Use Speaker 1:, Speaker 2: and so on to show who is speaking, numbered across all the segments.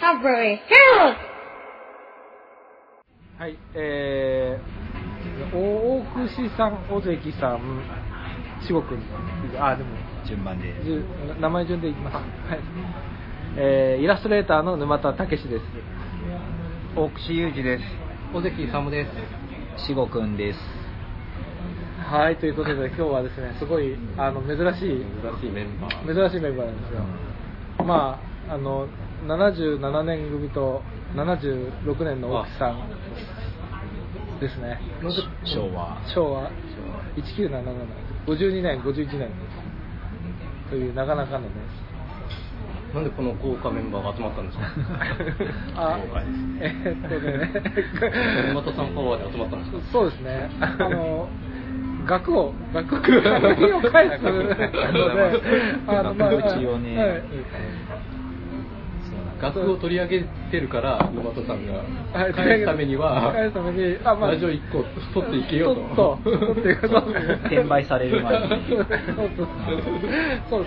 Speaker 1: Calvary Herald.
Speaker 2: はい、えー、大串さん、尾関さん、志吾くん、あ、でも、
Speaker 3: 順番で。
Speaker 2: じゅ名前順でいきます。はい。えー、イラストレーターの沼田武史です。
Speaker 3: 大串裕二です。
Speaker 2: 尾関勇です。
Speaker 3: しごくんです。
Speaker 2: はい、ということで今日はですね、すごい、あの、珍しい、
Speaker 4: 珍しいメンバー
Speaker 2: 珍しいメンバーなんですよ。まあ、あの、77年組と76年の大木さんですね。
Speaker 3: 昭和。
Speaker 2: 昭和1977 52年51年というなかなかのね
Speaker 4: なんでこの豪華メンバーが集まった んですか豪華ですね
Speaker 2: えーっと
Speaker 4: 沼
Speaker 2: ね
Speaker 4: 田さんパワーで集まったんですか
Speaker 2: そうですねあの額を額を額を返すので
Speaker 3: 額縁をね
Speaker 2: はい
Speaker 4: 学を取り上げてるから沼田さんが
Speaker 2: はい
Speaker 4: 返すためには
Speaker 2: 返すためにあまあ
Speaker 4: ラジオ1個取っていけようと
Speaker 2: 取っと 取っていけようと
Speaker 3: 転売される前に
Speaker 2: そうそうそうそう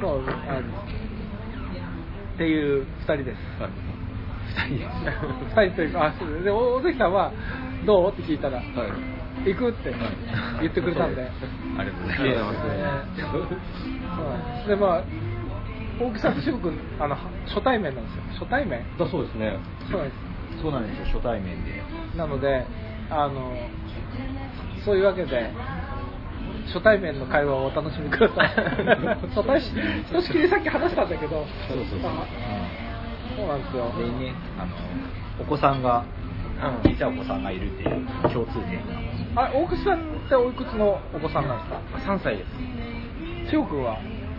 Speaker 2: そうあのっていう2人です
Speaker 4: はい
Speaker 2: 2人というかあそうですでお尾関さんは「どう?」って聞いたら「
Speaker 4: はい
Speaker 2: 行く?」って言ってくれたんで、
Speaker 3: ありがとうござ
Speaker 4: 綺
Speaker 3: い
Speaker 4: 麗な
Speaker 3: ま。
Speaker 4: ます
Speaker 2: そうなんですでまあ大木さんと渋君あの初対面なんですよ初対面
Speaker 4: だそうですね
Speaker 2: そうなんで
Speaker 3: そうなんですよ、初対面で。
Speaker 2: すなのであのそういうわけで初対面の会話をお楽しみくださ い初対面ひとしきりさっき話したんだけど
Speaker 3: そうそうそう。
Speaker 2: そうなんですよ
Speaker 3: でね、あの、お子さんが、小さいお子さんがいるっていう共通点が。
Speaker 2: あ大口さんっておいくつのお子さんなんですか
Speaker 3: 3歳です。
Speaker 2: 千代君は、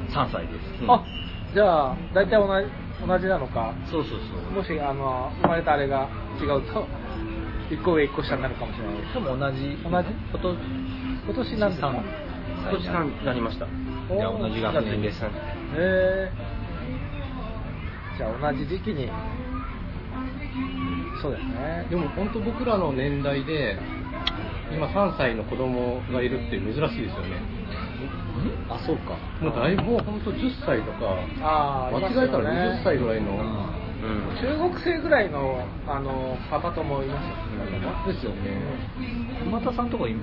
Speaker 3: 3歳です。
Speaker 4: うん
Speaker 2: あじゃあ大体同じ同じなのか
Speaker 3: そうそう
Speaker 2: もしあの生まれたあれが違うと1個上1個下になるかもしれない
Speaker 3: でも同じ。
Speaker 2: 同じ
Speaker 3: こと、
Speaker 2: 今年なんですか
Speaker 3: 今年3
Speaker 4: になりました
Speaker 3: いや同じ学年です
Speaker 2: へえじゃあ同じ時期にそうですね
Speaker 4: でも本当僕らの年代で今3歳の子供がいるって珍しいですよね
Speaker 3: あ、そうか。
Speaker 4: もうだいぶもう本当10歳とか
Speaker 2: ああ
Speaker 4: 間違えたら20歳ぐらいの、
Speaker 2: 中国生ぐらいのあのパパ友いますよ
Speaker 4: ですよね、
Speaker 3: 沼田さんとこ今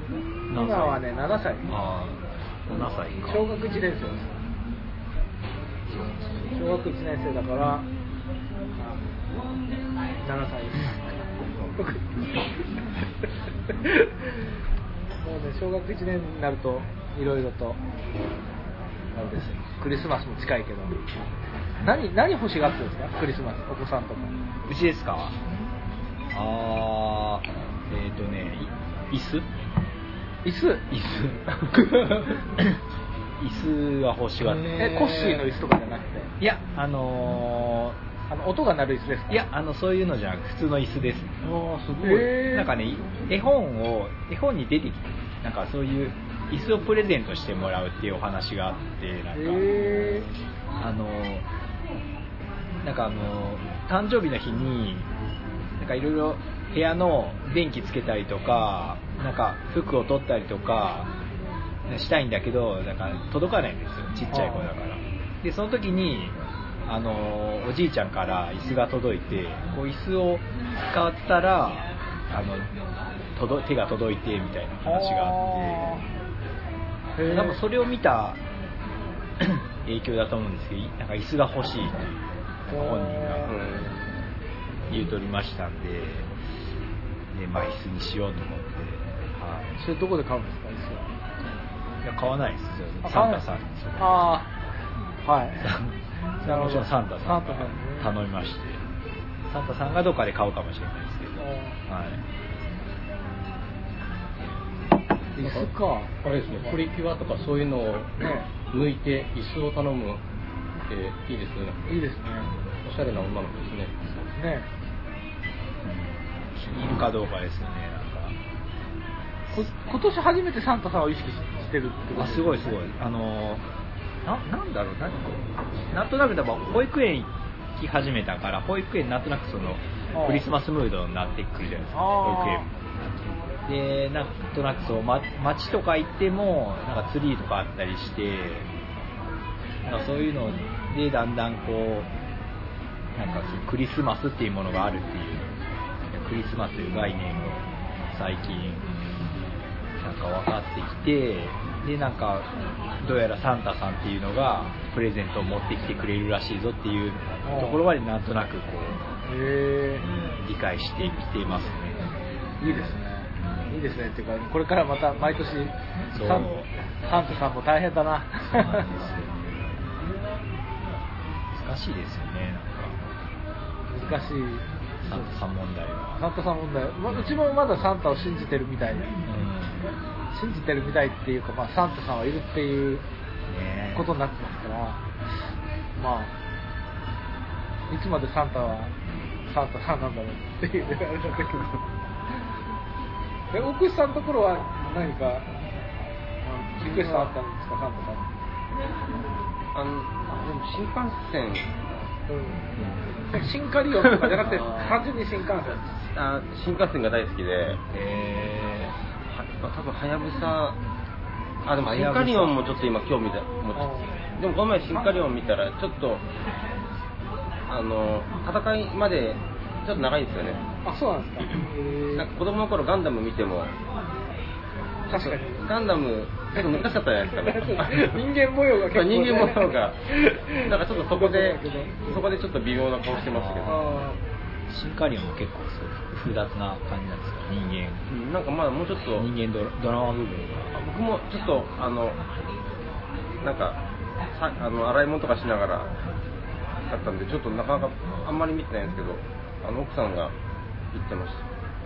Speaker 2: 今はね7歳
Speaker 3: ああ、7歳か。
Speaker 2: 小学1年生です小学1年生だから7歳僕もうね小学1年になるといろいろとあれですよクリスマスも近いけど何何欲しがってるんですかクリスマスお子さんとか
Speaker 3: うちですかああ、えっ、とね、い椅子
Speaker 2: 椅子
Speaker 3: 椅子 椅子は欲しがって
Speaker 4: へ
Speaker 2: え
Speaker 4: ー
Speaker 2: コッシーの椅子とかじゃなくて
Speaker 3: いやあの
Speaker 2: あの音が鳴る椅子ですか
Speaker 3: ーいやあのそういうのじゃなく普通の椅子です
Speaker 2: あーすごい
Speaker 3: なんかね絵本を絵本に出てきてなんかそういう椅子をプレゼントしてもらうっていうお話があってなんか、
Speaker 2: へ
Speaker 3: あのなんかあの誕生日の日になんかいろいろ部屋の電気つけたりとかなんか服を取ったりとかしたいんだけどなんか届かないんですよちっちゃい子だからでその時にあのおじいちゃんから椅子が届いてこう椅子を使ったらあの届手が届いてみたいな話があって。
Speaker 2: ーへー
Speaker 3: 多分それを見た 影響だと思うんですけど、なんか椅子が欲しいという本人
Speaker 2: う
Speaker 3: が
Speaker 4: うん
Speaker 3: 言うとりましたんで、でまあ、椅子にしようと思って、は、
Speaker 2: それどこで買うんですか椅子はい
Speaker 3: いや買わないですよ、
Speaker 2: あ
Speaker 3: サンタさんにそれ
Speaker 2: ああはい
Speaker 3: それはもちろんサンタさん
Speaker 2: サンタさんね
Speaker 3: が頼みまして、サンタさんがどっかで買うかもしれないですけど、はい、
Speaker 2: 椅子か
Speaker 4: あれですね、プリキュアとかそういうのを
Speaker 2: ね
Speaker 4: 抜いて椅子を頼むっていいですね。
Speaker 2: いいですね
Speaker 4: おしゃれな女の子ですね。
Speaker 2: ね
Speaker 3: いるかどうかですよね、なんか。
Speaker 2: こ今年初めてサンタさんを意識ししてるってこと
Speaker 3: あすごいすごいあのななんだろう何なんとなくでも保育園行き始めたから保育園なんとなくその
Speaker 2: ああ
Speaker 3: クリスマスムードになってくるじゃないですか
Speaker 2: ああ
Speaker 3: 保育園もでなんとなくそう、ま、街とか行ってもなんかツリーとかあったりしてなんかそういうのでだんだんこうなんかにクリスマスっていうものがあるっていうクリスマスという概念を最近なんか分かってきてでなんかどうやらサンタさんっていうのがプレゼントを持ってきてくれるらしいぞっていうところまでなんとなくこ
Speaker 5: へ
Speaker 3: う理解してきていますね
Speaker 5: えいいですねいいですねっていうかこれからまた毎年
Speaker 3: そう
Speaker 5: サンサンタさんも大変だな
Speaker 3: そうなんですよね難しいですよねな ん
Speaker 5: 難しい
Speaker 3: かサンタさん問題は
Speaker 5: サンタさん問題まうちもまだサンタを信じてるみたいで
Speaker 3: うん
Speaker 5: 信じてるみたいっていうか、まあ、サンタさんはいるっていう
Speaker 3: ね
Speaker 5: ことになってますから、まあ、いつまでサンタはサンタさんなんだろうっていうあれなんだけど、え奥さんのところは何かあのリクエストあったんですか、サンタさ
Speaker 4: あ
Speaker 5: んに。
Speaker 4: のでも新幹線
Speaker 5: うん、新カリオとかじゃなくて、
Speaker 3: あー
Speaker 5: 単純に新幹線
Speaker 4: あ新幹線が大好きで
Speaker 3: え
Speaker 4: はまあ多分はやぶさあでも
Speaker 3: は
Speaker 4: シ
Speaker 3: や
Speaker 4: ン
Speaker 3: ぶさ
Speaker 4: カリオンもちょっと今興味だ持って
Speaker 5: あ
Speaker 4: てでもこの前シンカリオン見たらちょっとあの戦いまでちょっと長いんですよね
Speaker 5: あ、そうなんですか。
Speaker 4: なんか子供の頃ガンダム見ても
Speaker 5: 確かに。
Speaker 4: ガンダム結構難しかったじゃないですか
Speaker 5: 人間模様が結構ね
Speaker 4: 人間模様 がなんかちょっとそこでそこでちょっと微妙な顔してましたけど
Speaker 5: あ
Speaker 3: ーシンカリオンも結構そう複雑な感じなんですか人間
Speaker 4: うんなんかまだもうちょっと
Speaker 3: 人間ドラドラマ部分が
Speaker 4: 僕もちょっとあのなんかさあの洗い物とかしながらだったんでちょっとなかなかあんまり見てないんですけどあの奥さんが言ってまし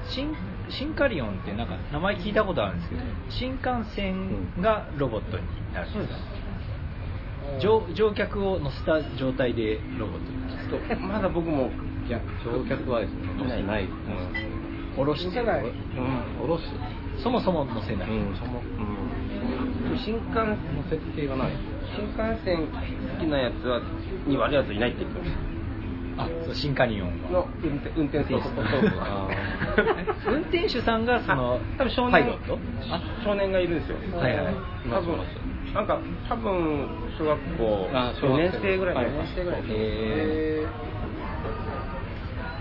Speaker 3: シンシンカリオンってなんか名前聞いたことあるんですけど新幹線がロボットになるんですか、
Speaker 5: ー
Speaker 3: 乗乗客を乗せた状態でロボットになる
Speaker 4: たちょっとまだ僕も
Speaker 2: いや、乗客はですね、乗せない。うん
Speaker 3: 降ろして
Speaker 5: 乗せない
Speaker 2: うん、降ろす。
Speaker 3: そもそも乗せない、
Speaker 2: うん、その、うん、
Speaker 4: 新幹
Speaker 2: 乗せてはない。
Speaker 4: 新幹線好きなやつはに悪いやついないって言ってまし
Speaker 3: あそうシンカリオン
Speaker 4: た
Speaker 3: は
Speaker 4: の運転運転手
Speaker 3: そうそう運転手さんがその
Speaker 4: 多分少年
Speaker 3: パイロット
Speaker 4: あ少年がいるんですよ
Speaker 5: あ
Speaker 3: はいはい
Speaker 4: 多分なんか多分小学校
Speaker 2: あ小
Speaker 4: 4
Speaker 2: 学生
Speaker 4: 年生ぐらい
Speaker 2: はい
Speaker 4: 4年生ぐらい
Speaker 3: え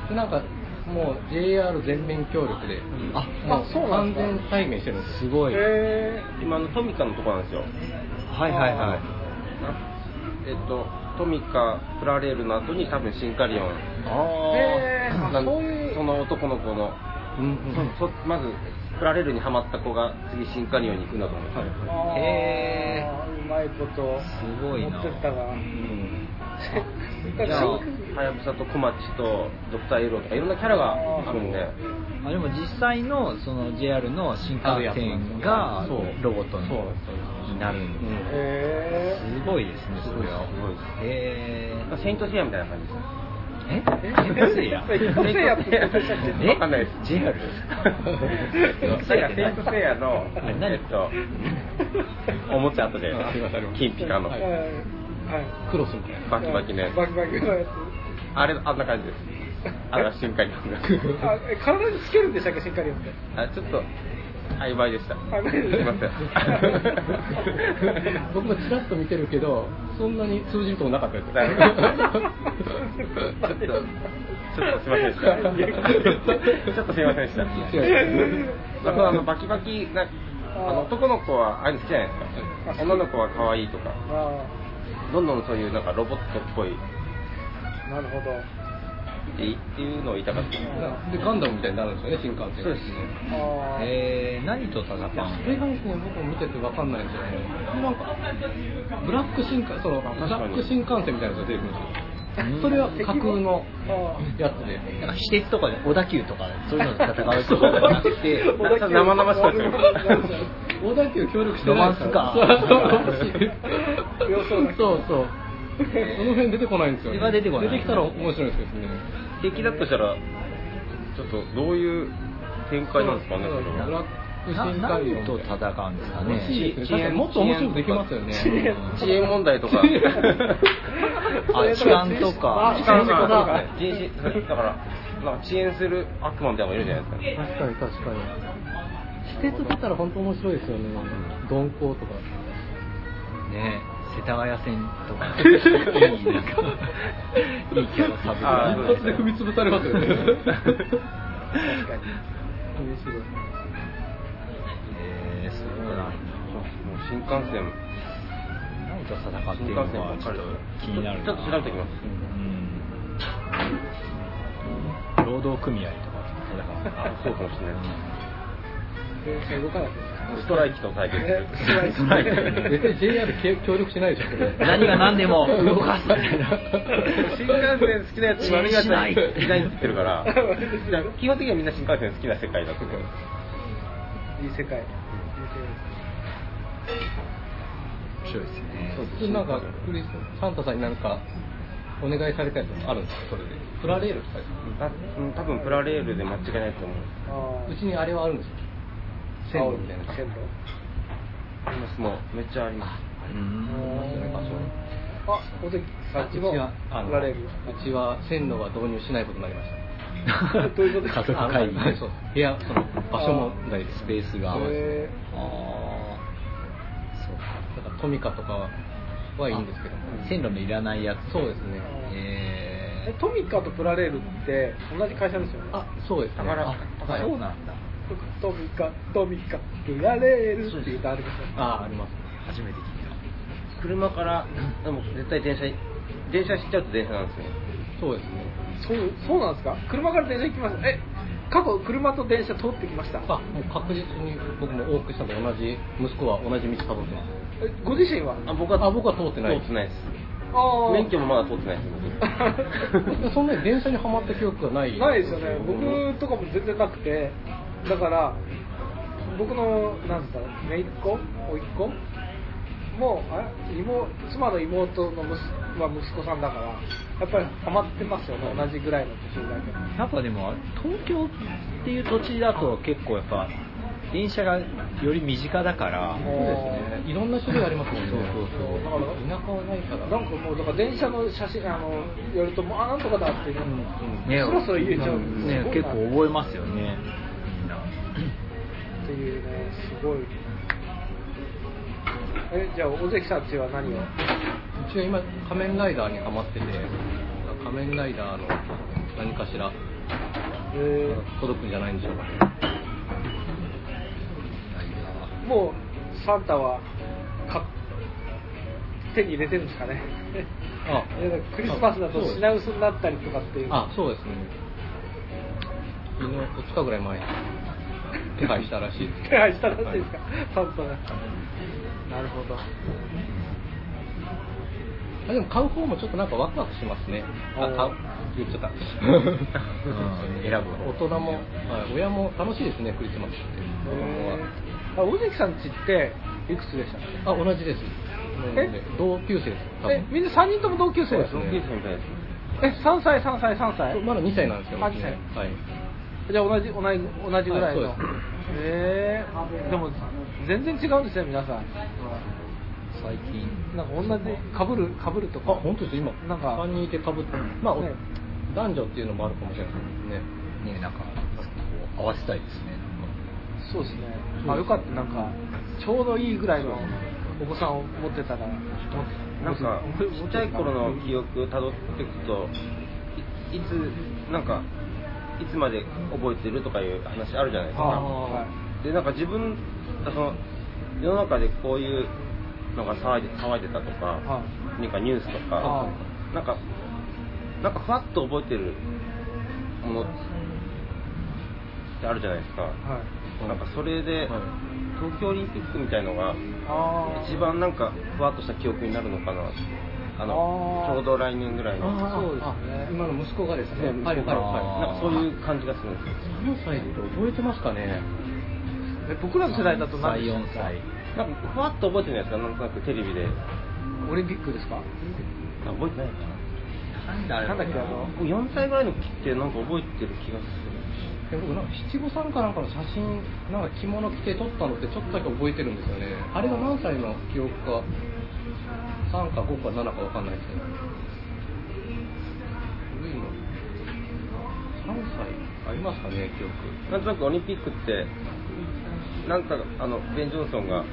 Speaker 5: え
Speaker 2: で、なんか、もう JR 全面協力で、
Speaker 3: ー、あ
Speaker 2: も
Speaker 5: そううなん
Speaker 2: 完
Speaker 5: だ
Speaker 2: 全対面してるんですよ。
Speaker 3: すごい、
Speaker 5: え
Speaker 4: 今あのトミカのとこなんですよ
Speaker 3: はいはいはい
Speaker 4: あえっとトミカプラレールの後に多分シンカリオン
Speaker 5: ー、えー、
Speaker 4: な
Speaker 5: あ
Speaker 4: ん
Speaker 5: そういう
Speaker 4: その男の子の、
Speaker 2: うん、うん。
Speaker 4: そまずプラレールにはまった子が次シンカリオンに行くんだと思う、
Speaker 5: あー
Speaker 3: へ
Speaker 5: うまいこと
Speaker 3: すごいな
Speaker 5: 持ってったな
Speaker 2: うん
Speaker 4: じ
Speaker 5: だ
Speaker 4: ゃ
Speaker 5: か
Speaker 4: あ は
Speaker 5: ら
Speaker 4: やぶさと小町とドクターイエローとかいろんなキャラがあるんで
Speaker 3: あでも実際のその JR の新幹線が
Speaker 2: そう
Speaker 3: ロボットに
Speaker 2: そうなんですよ
Speaker 3: なるんで
Speaker 5: えー
Speaker 3: すごいですねそれは
Speaker 4: すごいです
Speaker 3: へ
Speaker 4: なんかセイントセイヤみたいな感じです
Speaker 3: え
Speaker 5: え
Speaker 3: ええセイヤ
Speaker 5: セイントセイヤって言ってましたっ
Speaker 4: わかんないです
Speaker 3: JR
Speaker 4: なんかセイントセイヤの
Speaker 3: あれ何
Speaker 4: えっとおもちゃあったじゃないですか金ピカの
Speaker 2: はい
Speaker 5: は
Speaker 2: クロスみたい
Speaker 5: い
Speaker 4: バキバキのやつ
Speaker 5: バキバキのやつ
Speaker 4: あれあんな感じですあれが瞬間にあんな
Speaker 5: あえ体につけるんでしたっけしっかり読んで
Speaker 4: あちょっと曖昧でしたすい
Speaker 5: 曖
Speaker 4: ま
Speaker 5: 昧
Speaker 4: せん
Speaker 5: でした
Speaker 2: な。僕もちらっと見てるけど、そんなに通じるとこなかったですよ。
Speaker 4: なるほ どちょっとちょっとすいませんでしたちょっとすいませんでしたあとあのバキバキなあの男の子はああいうの好きじゃないですか女の子は可愛いとか
Speaker 5: あ
Speaker 4: どんどんそういうなんかロボットっぽいっ
Speaker 5: あなるほど
Speaker 4: てっていうのを言いたかった
Speaker 2: で、ガンダムみたいになるんですよね、新幹線。
Speaker 4: そうです
Speaker 5: あー
Speaker 3: えー、何と戦う
Speaker 2: いや、それがですね、僕も見てて分かんないんですよね。なんか、ブラック新幹その、ブ
Speaker 4: 確かに
Speaker 2: ラック新幹線みたいなのが出てくるんです
Speaker 3: うん
Speaker 2: よ。それは架空の
Speaker 5: あ
Speaker 2: やつで。
Speaker 3: なんか私鉄とかで小田急とかでそういうので戦うとかじゃなくて
Speaker 5: 小田急
Speaker 4: 生々しかったよ
Speaker 2: 小田急協力してないですから
Speaker 3: ロマンス
Speaker 5: か
Speaker 2: そうそうそうそうそう。その辺出てこないんですよ、
Speaker 3: それは出てこない
Speaker 2: 出てきたら面白いですけどね。
Speaker 4: 敵だとしたらちょっとどういう展開なんですかねそれ
Speaker 2: ブラ
Speaker 4: は
Speaker 2: ック
Speaker 3: な
Speaker 2: 新
Speaker 3: 何
Speaker 2: 幹
Speaker 3: と
Speaker 2: 線
Speaker 3: 戦うんですか
Speaker 2: 欲しい
Speaker 3: ね
Speaker 2: ですね。確かにもっと面白くできますよ
Speaker 5: 遅
Speaker 2: ね
Speaker 5: 延。
Speaker 4: 遅延問題とか
Speaker 3: あ痴漢とか
Speaker 5: あ
Speaker 4: 時
Speaker 5: 痴漢
Speaker 4: 間
Speaker 5: とか
Speaker 4: が人種だからなんか遅延する悪魔みたいなのがいるじゃないですか
Speaker 2: 確かに確かに私鉄出たら本当面白いですよね鈍行とか
Speaker 3: ね
Speaker 6: 世田谷線とか、いい、なんか、いいキャラサブ
Speaker 3: あ
Speaker 4: あー
Speaker 3: ー
Speaker 4: そ
Speaker 3: 一
Speaker 4: うで
Speaker 3: 発
Speaker 4: す
Speaker 3: で踏み潰されますよね
Speaker 2: 確かに面白い
Speaker 6: えー、そうなんだ。
Speaker 4: もう新幹線
Speaker 6: 何と戦っているのはちょっと気になるな。
Speaker 4: ちょっと調べてきます
Speaker 6: うん。労働組合とか戦うの
Speaker 4: あそうかもしれない
Speaker 2: 電車動かないです
Speaker 4: ストライキと対決
Speaker 2: えス
Speaker 4: ス
Speaker 2: ト
Speaker 4: ト
Speaker 2: ライ
Speaker 4: ラ
Speaker 2: キ
Speaker 4: イキ
Speaker 3: 絶対 JR 協力しないでしょこれ
Speaker 6: 何が何でも動かすみたいな
Speaker 4: 新幹線好きなやつ新潟にいないって言ってるから
Speaker 2: しない
Speaker 4: 基本的にはみんな新幹線好きな世界だと思う
Speaker 2: いい世界いい世界
Speaker 6: 面白いですね。
Speaker 3: なんかクリスサンタさんになんかお願いされたやつあるんですかそれでプラレールとかです
Speaker 4: あうん多分プラレールで間違いないと思う
Speaker 2: ああ
Speaker 3: うちにあれはあるんですよ
Speaker 2: 線
Speaker 3: 青
Speaker 2: 路
Speaker 3: みたいな
Speaker 2: 線路
Speaker 4: ありますもうめっちゃあります
Speaker 6: うん。
Speaker 2: あおできさっ
Speaker 3: う
Speaker 2: き
Speaker 3: ち
Speaker 2: の
Speaker 3: はあの
Speaker 2: られる
Speaker 3: うちは線路は導入しないことになりました
Speaker 2: どういうことです
Speaker 6: 家
Speaker 2: か
Speaker 6: 族会議
Speaker 3: あのそう部屋その場所問題です
Speaker 6: スペースが。
Speaker 2: え
Speaker 6: ああ、そうか。
Speaker 3: だからトミカとかはいいんですけども
Speaker 6: 線路のいらないやつ。
Speaker 3: そうですね
Speaker 2: ー
Speaker 6: え
Speaker 2: えトミカとプラレールって同じ会社ですよね
Speaker 3: あそうですね
Speaker 4: 宝
Speaker 3: あ
Speaker 6: ー、
Speaker 3: はい
Speaker 6: そうなんだ。
Speaker 2: トミカトミカプラレールっていう歌ありますよね
Speaker 3: ああります
Speaker 6: 初めて聞
Speaker 4: 車からでも絶対電車電車知っちゃうと電車なんですよ
Speaker 3: そうですね
Speaker 2: そうそうなんですか車から電車行きますえ過去車と電車通ってきました
Speaker 3: あもう確実に僕も往復したのと同じ息子は同じ道たどってます
Speaker 2: えご自身は
Speaker 4: あ僕は
Speaker 3: あ僕は通ってない
Speaker 4: 通ってないです
Speaker 2: あー
Speaker 4: 免許もまだ取ってないです
Speaker 3: そんなに電車にはまった記憶がな い
Speaker 2: ないですよね僕とかも全然なくてだから僕のなんですか姪っ子甥っ子もうあれ妹妻の妹の息子は息子さんだからやっぱりハマってますよね同じぐらいの年だけど
Speaker 6: いた。やっぱでも、東京っていう土地だと結構やっぱ、電車がより身近だから、
Speaker 3: そうですねいろんな種類ありますもんね
Speaker 6: そうそうそう
Speaker 3: だから田舎はないから
Speaker 2: なんかもうだから電車の写真あの寄るともうあなんとかだっていう、
Speaker 6: ね、
Speaker 2: そろそろ言えちゃう、
Speaker 6: ね
Speaker 2: すごい
Speaker 6: 結
Speaker 2: な
Speaker 6: 構覚えますよね、みんな。
Speaker 2: っていうねすごいえじゃあ尾関さんちは何を
Speaker 3: うちは今仮面ライダーにハマってて仮面ライダーの何かしら
Speaker 2: え
Speaker 3: 届くんじゃないんでしょうかね
Speaker 2: ーもうサンタはか手に入れてるんですかね
Speaker 3: あ
Speaker 2: いやだからクリスマスだと品薄になったりとかっていう
Speaker 3: あそうですね昨日2日ぐらい前に手配したらしいです
Speaker 2: 手配したらしいですか、サンタがなるほど
Speaker 3: あでも買う方もちょっとなんかワクワクしますねあ買う言 っちゃった
Speaker 6: うん、選ぶ方
Speaker 3: 大人も、はい親も楽しいですねクリスマスって子供は
Speaker 2: えーあ尾関さんちっていくつでしたっけ
Speaker 3: あ同じですなので同級生です多
Speaker 2: えみ
Speaker 3: 分
Speaker 2: んな3人とも同級生です
Speaker 3: そうです
Speaker 4: 同
Speaker 3: ね
Speaker 4: 級生みたいです
Speaker 2: え3歳3歳3歳
Speaker 3: まだ2歳なんですよ
Speaker 2: あ二歳
Speaker 3: はい
Speaker 2: じゃあ同じ同じ同じぐらいの、
Speaker 3: はいそうです
Speaker 2: へえでも全然違うんですよ皆さん
Speaker 6: 最近
Speaker 2: なんか同じかぶるかぶると
Speaker 3: あ
Speaker 2: か
Speaker 3: 本当です今
Speaker 2: なんか
Speaker 3: 3人いてかぶってまあ、お
Speaker 2: ね
Speaker 3: 男女っていうのもあるかもしれないですね
Speaker 6: ねなんかこう合わせたいですね
Speaker 2: そうですねまあよかったなんかちょうどいいぐらいのお子さんを持ってたら
Speaker 4: なんかちっちゃい頃の記憶たどっていくといいつなんかいつまで覚えてるとかいう話あるじゃないです
Speaker 2: あ
Speaker 4: か
Speaker 2: あ、はい
Speaker 4: でなんか自分その世の中でこういうのが騒いで騒いでたとか、
Speaker 2: は
Speaker 4: なんかニュースとか、
Speaker 2: は
Speaker 4: なんかなんかふわっと覚えてるものってあるじゃないですか、
Speaker 2: はい、
Speaker 4: なんかそれで、
Speaker 3: はい
Speaker 4: 東京オリンピックみたいのが
Speaker 2: ああ
Speaker 4: 一番なんかふわっとした記憶になるのかなあの
Speaker 2: あー
Speaker 4: ちょうど来年ぐらいの
Speaker 2: あーそうですね
Speaker 3: あ今の息子がですね
Speaker 4: ね
Speaker 3: はいはい
Speaker 6: あー
Speaker 3: は
Speaker 4: なんかそういう感じがするんですよ
Speaker 3: い3歳って覚えてますかね
Speaker 2: え僕らの世代だと何でしたっ
Speaker 6: 34歳
Speaker 4: なんかふわっと覚えてないですかなんとなくテレビで
Speaker 2: けオリンピックですか
Speaker 4: あ覚えてないかな
Speaker 6: なんだ
Speaker 2: なんだっけあの
Speaker 4: 僕4歳ぐらいの時ってなんか覚えてる気がす
Speaker 3: で僕なんか七五三かなんかの写真なんか着物着て撮ったのってちょっとだけ覚えてるんですよねあれが何歳の記憶か3か5か7かわかんないですけど古いの3歳ありますかね記憶
Speaker 4: るなんとなくオリンピックってなんかあのベン・ジョンソンが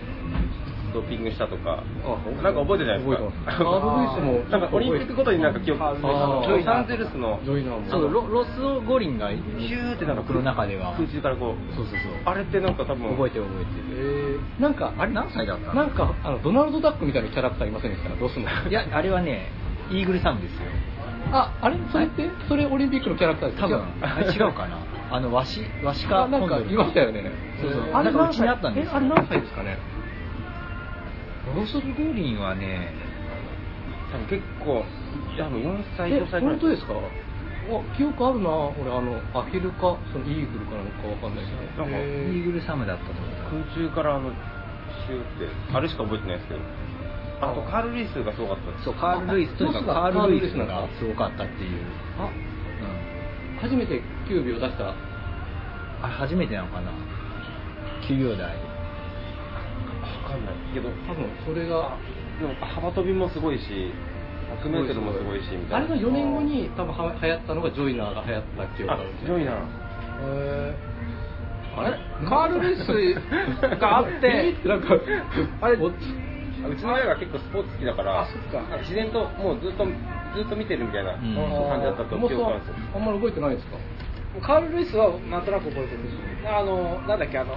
Speaker 4: ドーピングしたとか
Speaker 2: あ
Speaker 4: なんか覚えてるじゃないです
Speaker 2: 覚えてま
Speaker 4: か
Speaker 2: すカーブレースも
Speaker 4: なんかオリンピックごとになんか記憶
Speaker 3: あー
Speaker 4: ロサンゼルスの
Speaker 2: ジョイナーも
Speaker 3: あのロロス五輪がヒ
Speaker 4: ヒューってなんか
Speaker 3: 僕の中では
Speaker 4: 空中からこ
Speaker 3: そうそうそう
Speaker 4: うあれってなんか多分
Speaker 3: 覚えてる覚えてる
Speaker 2: なんか
Speaker 3: あれ何歳だったの
Speaker 2: なんかあのドナルド・ダックみたいなキャラクターいませんでしたどうすんの
Speaker 3: いやあれはねイーグルサムですよ
Speaker 2: ああれそれってそれオリンピックのキャラクターです
Speaker 3: 多分あ違
Speaker 2: 違
Speaker 3: うか なあのワシワシ
Speaker 2: あ
Speaker 3: か
Speaker 2: なんか
Speaker 3: 今度
Speaker 2: いましたよね
Speaker 3: そうそう
Speaker 2: あれ
Speaker 3: なんか
Speaker 2: 何
Speaker 3: うちに
Speaker 2: 歳
Speaker 3: あったんですよ
Speaker 2: えあれ何歳ですかね
Speaker 3: ロス五輪はね
Speaker 4: 多分結構多分4歳
Speaker 2: え
Speaker 4: 5歳ぐら
Speaker 2: 本
Speaker 4: い
Speaker 2: 当ですかあ記憶あるな俺あのアヒルかそのイーグルかなんかわかんないけど
Speaker 4: なんか
Speaker 3: イーグルサムだったと思
Speaker 4: 空中からあのシューってあれしか覚えてないですけどあとカール・ルイスがすごかったです
Speaker 3: そうカール・ルイスとにかくカール・ルイスがすごかったっていう、
Speaker 2: あ
Speaker 3: うん、
Speaker 2: 初めて9秒出した
Speaker 3: あれ初めてなのかな9秒台
Speaker 4: わかんないけど
Speaker 2: 多分それが
Speaker 4: でも幅跳びもすごいし 100m もすごいしみた
Speaker 2: あ
Speaker 4: いな
Speaker 2: れの4年後に多分は流行ったのがジョイナーが流行った記憶があ
Speaker 4: あ
Speaker 2: るんです
Speaker 4: ジョイナー
Speaker 5: あれカール・ルイスがあって
Speaker 2: え、なんか
Speaker 5: あれ
Speaker 2: おっ
Speaker 4: うちの親が結構スポーツ好きだから
Speaker 5: あそっか
Speaker 4: なん自然ともうずっとずっと見てるみたいな
Speaker 3: うん
Speaker 4: 感じだったと
Speaker 2: もう
Speaker 4: 記
Speaker 2: さ
Speaker 4: 憶があるんですよ
Speaker 2: あんまり覚えてないですか
Speaker 5: カール・ルイスはなんとなく覚えてるあの、なんだっけ、あの、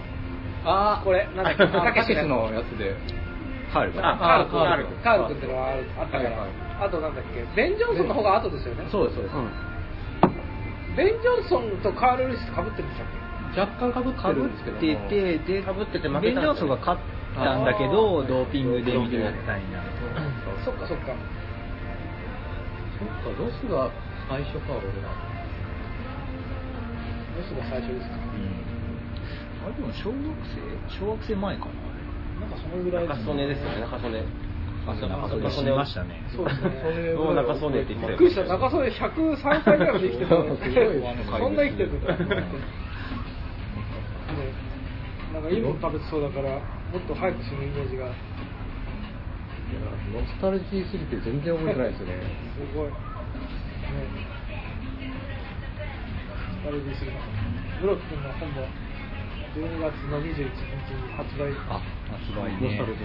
Speaker 2: あ
Speaker 5: これなんだっけ
Speaker 2: たけしのやつで
Speaker 3: カールか
Speaker 4: あ
Speaker 3: な
Speaker 5: カール
Speaker 2: カール
Speaker 5: 君カール君っていうのはあったから、
Speaker 2: はいはい
Speaker 5: あとなんだっけベン・ジョンソンの方が後ですよね
Speaker 2: そうですそうです、
Speaker 5: ベン・ジョンソンとカール・ルイスかぶってるんでしたっ
Speaker 2: 若干かぶってるんですけども
Speaker 3: 被っててで
Speaker 4: 被ってて負けたん
Speaker 3: ベン・ジョ
Speaker 4: ですよ
Speaker 3: ンソンが勝ったんだけどド
Speaker 5: あー
Speaker 3: ーピングでみたいな
Speaker 5: けそっかそ
Speaker 2: そっ
Speaker 5: っか
Speaker 2: かロスが最初か俺ら
Speaker 5: ロスが最初ですか
Speaker 3: うん、あれでも小学生小学生前かな
Speaker 5: なんかそのぐらい
Speaker 4: 中曽根ですよね中曽根
Speaker 3: あそう中曽根
Speaker 4: 中を
Speaker 3: 死にましたね
Speaker 5: そうですね
Speaker 2: れ
Speaker 4: どう中曽根って言ってた
Speaker 5: びっ
Speaker 4: よ
Speaker 5: くりした中曽根103歳ぐらいまで生きてる の
Speaker 2: すごいわあの回
Speaker 5: そんな生きてるの
Speaker 2: うん
Speaker 5: ねなんかいいもの食べてそうだからもっと早く死ぬイメージが
Speaker 2: いやノスタルジーすぎて全然覚えてないですね
Speaker 5: すごい。ね。あれですよ。ブロックの本も12月の21日に発売
Speaker 3: あ発売
Speaker 2: ノス
Speaker 3: ね
Speaker 2: タル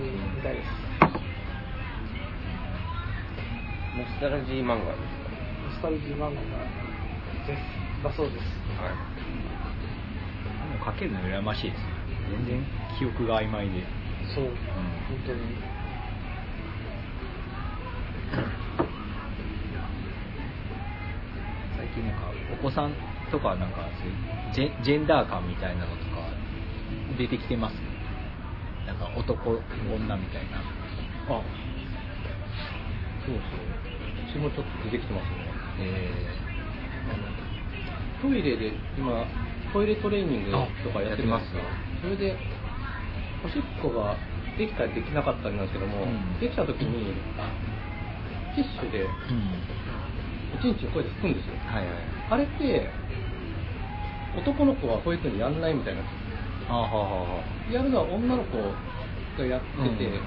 Speaker 2: ジーが
Speaker 5: みたいです。
Speaker 4: ノスタルジー漫画です
Speaker 5: ノスタルジー漫画がですだそうです。
Speaker 4: はい
Speaker 3: もうかけるの羨ましいですね全然記憶が曖昧で
Speaker 5: そう。本当に。
Speaker 3: 最近なんかお子さんとかなんかそういうジェジェンダー感みたいなのとか出てきてますなんか男女みたいな
Speaker 2: あそうそううちもちょっと出てきてますね
Speaker 3: え
Speaker 2: トイレで今トイレトレーニングとかやってますか
Speaker 3: あや
Speaker 2: それでおしっこができたりできなかったりなんですけども、
Speaker 3: うん
Speaker 2: できた時にティッシュで
Speaker 3: ーうん
Speaker 2: 1日こうやって拭くんですよ
Speaker 3: はいはい
Speaker 2: あれって男の子はこういう風にやんないみたいな
Speaker 3: あははは
Speaker 2: やるのは女の子がやってて、
Speaker 3: うん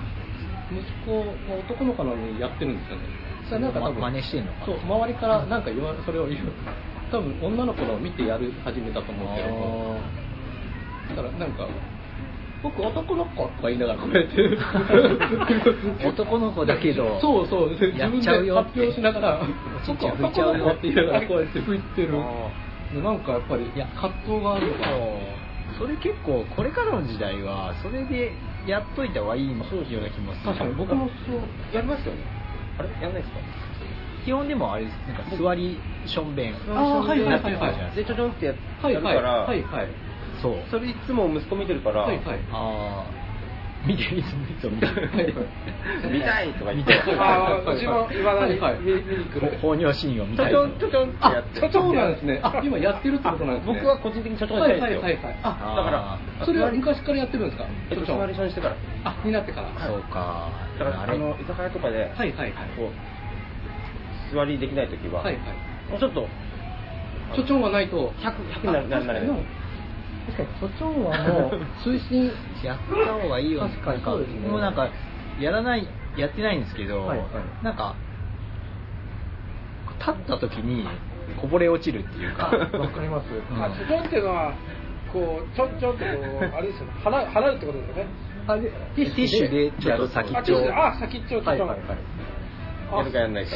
Speaker 2: 息子が男の子なのにやってるんですよねそれなんか多分
Speaker 3: ま真似してんのかな
Speaker 2: そう周りからなんか言わそれを言う多分女の子のを見てやる始めたと思うんですけどだからなんか僕男の子とか言いながらこうやって
Speaker 3: 男の子だけど
Speaker 2: そうそう自
Speaker 3: やっ
Speaker 2: 分
Speaker 3: ち
Speaker 2: で
Speaker 3: ゃ
Speaker 2: 発
Speaker 3: うよって
Speaker 2: 表しながら
Speaker 3: ちっちゃい
Speaker 2: 僕は男の子って言いながらこうやって吹いてる
Speaker 4: あ
Speaker 2: でなんかやっぱり
Speaker 3: いや
Speaker 2: 葛藤があるのかな
Speaker 3: それ結構これからの時代はそれでやっといた方がいいような気もする
Speaker 2: 確かに僕もそう
Speaker 4: やりますよねあれやんないですか
Speaker 3: 基本でもあれですなんか座りしょんべん
Speaker 2: あーはいはいはいはい
Speaker 4: でちょちょんってや
Speaker 2: はい
Speaker 4: やる
Speaker 2: は
Speaker 4: か
Speaker 2: い
Speaker 4: ら、
Speaker 2: はいはい
Speaker 3: そう
Speaker 4: それいつも息子見てるから、
Speaker 2: はいはい
Speaker 3: ああ見ていつもいつも見て
Speaker 2: はいはい
Speaker 4: 見たいとか言って
Speaker 2: はい
Speaker 5: ああ、うちもいまだに
Speaker 2: はいはい
Speaker 5: 見見に来る。
Speaker 3: 放尿シーンを見たり
Speaker 4: ちょちょんちょちょんってやって
Speaker 2: あそうなんですねあ今やってるってことなんですね
Speaker 4: 僕は個人的にちょちょん
Speaker 2: は
Speaker 4: し
Speaker 2: い
Speaker 4: た
Speaker 2: はいい
Speaker 4: ですよ、
Speaker 2: はいはいあ
Speaker 4: だから
Speaker 2: それは昔からやってるんですか
Speaker 4: えっと、
Speaker 2: ちょ
Speaker 4: マレーションしてから
Speaker 2: あになってから
Speaker 3: そうか
Speaker 4: だからあ
Speaker 3: れ
Speaker 4: の居酒屋とかで、
Speaker 2: はいはいはい
Speaker 4: こう座りできない時は、
Speaker 2: はいはい
Speaker 4: もうちょっと
Speaker 2: ちょちょんはないと
Speaker 4: 100になるなるな
Speaker 2: あ
Speaker 4: る
Speaker 2: 確かに確かにちょちょんはもう推進
Speaker 3: やった方がいいよ
Speaker 2: 確かに
Speaker 3: なんか
Speaker 2: そうですね
Speaker 3: もうなんかやらないやってないんですけど、
Speaker 2: はいはい
Speaker 3: なんか立った時にこぼれ落ちるっていうか
Speaker 2: わかります
Speaker 3: うん
Speaker 5: あ、ちょちょんっていうのは、こう、ちょんちょんってこう、あれですよね。払う、払うってことですよね。
Speaker 2: あで
Speaker 3: ティッシュでちょっと先
Speaker 5: あ、
Speaker 3: っ
Speaker 5: ち
Speaker 3: ち
Speaker 5: ょ
Speaker 3: ょ
Speaker 5: っと、あ、先っちょ、ちょっ
Speaker 3: はい
Speaker 5: と。
Speaker 3: はいはい
Speaker 5: あ
Speaker 4: やるかやんないか。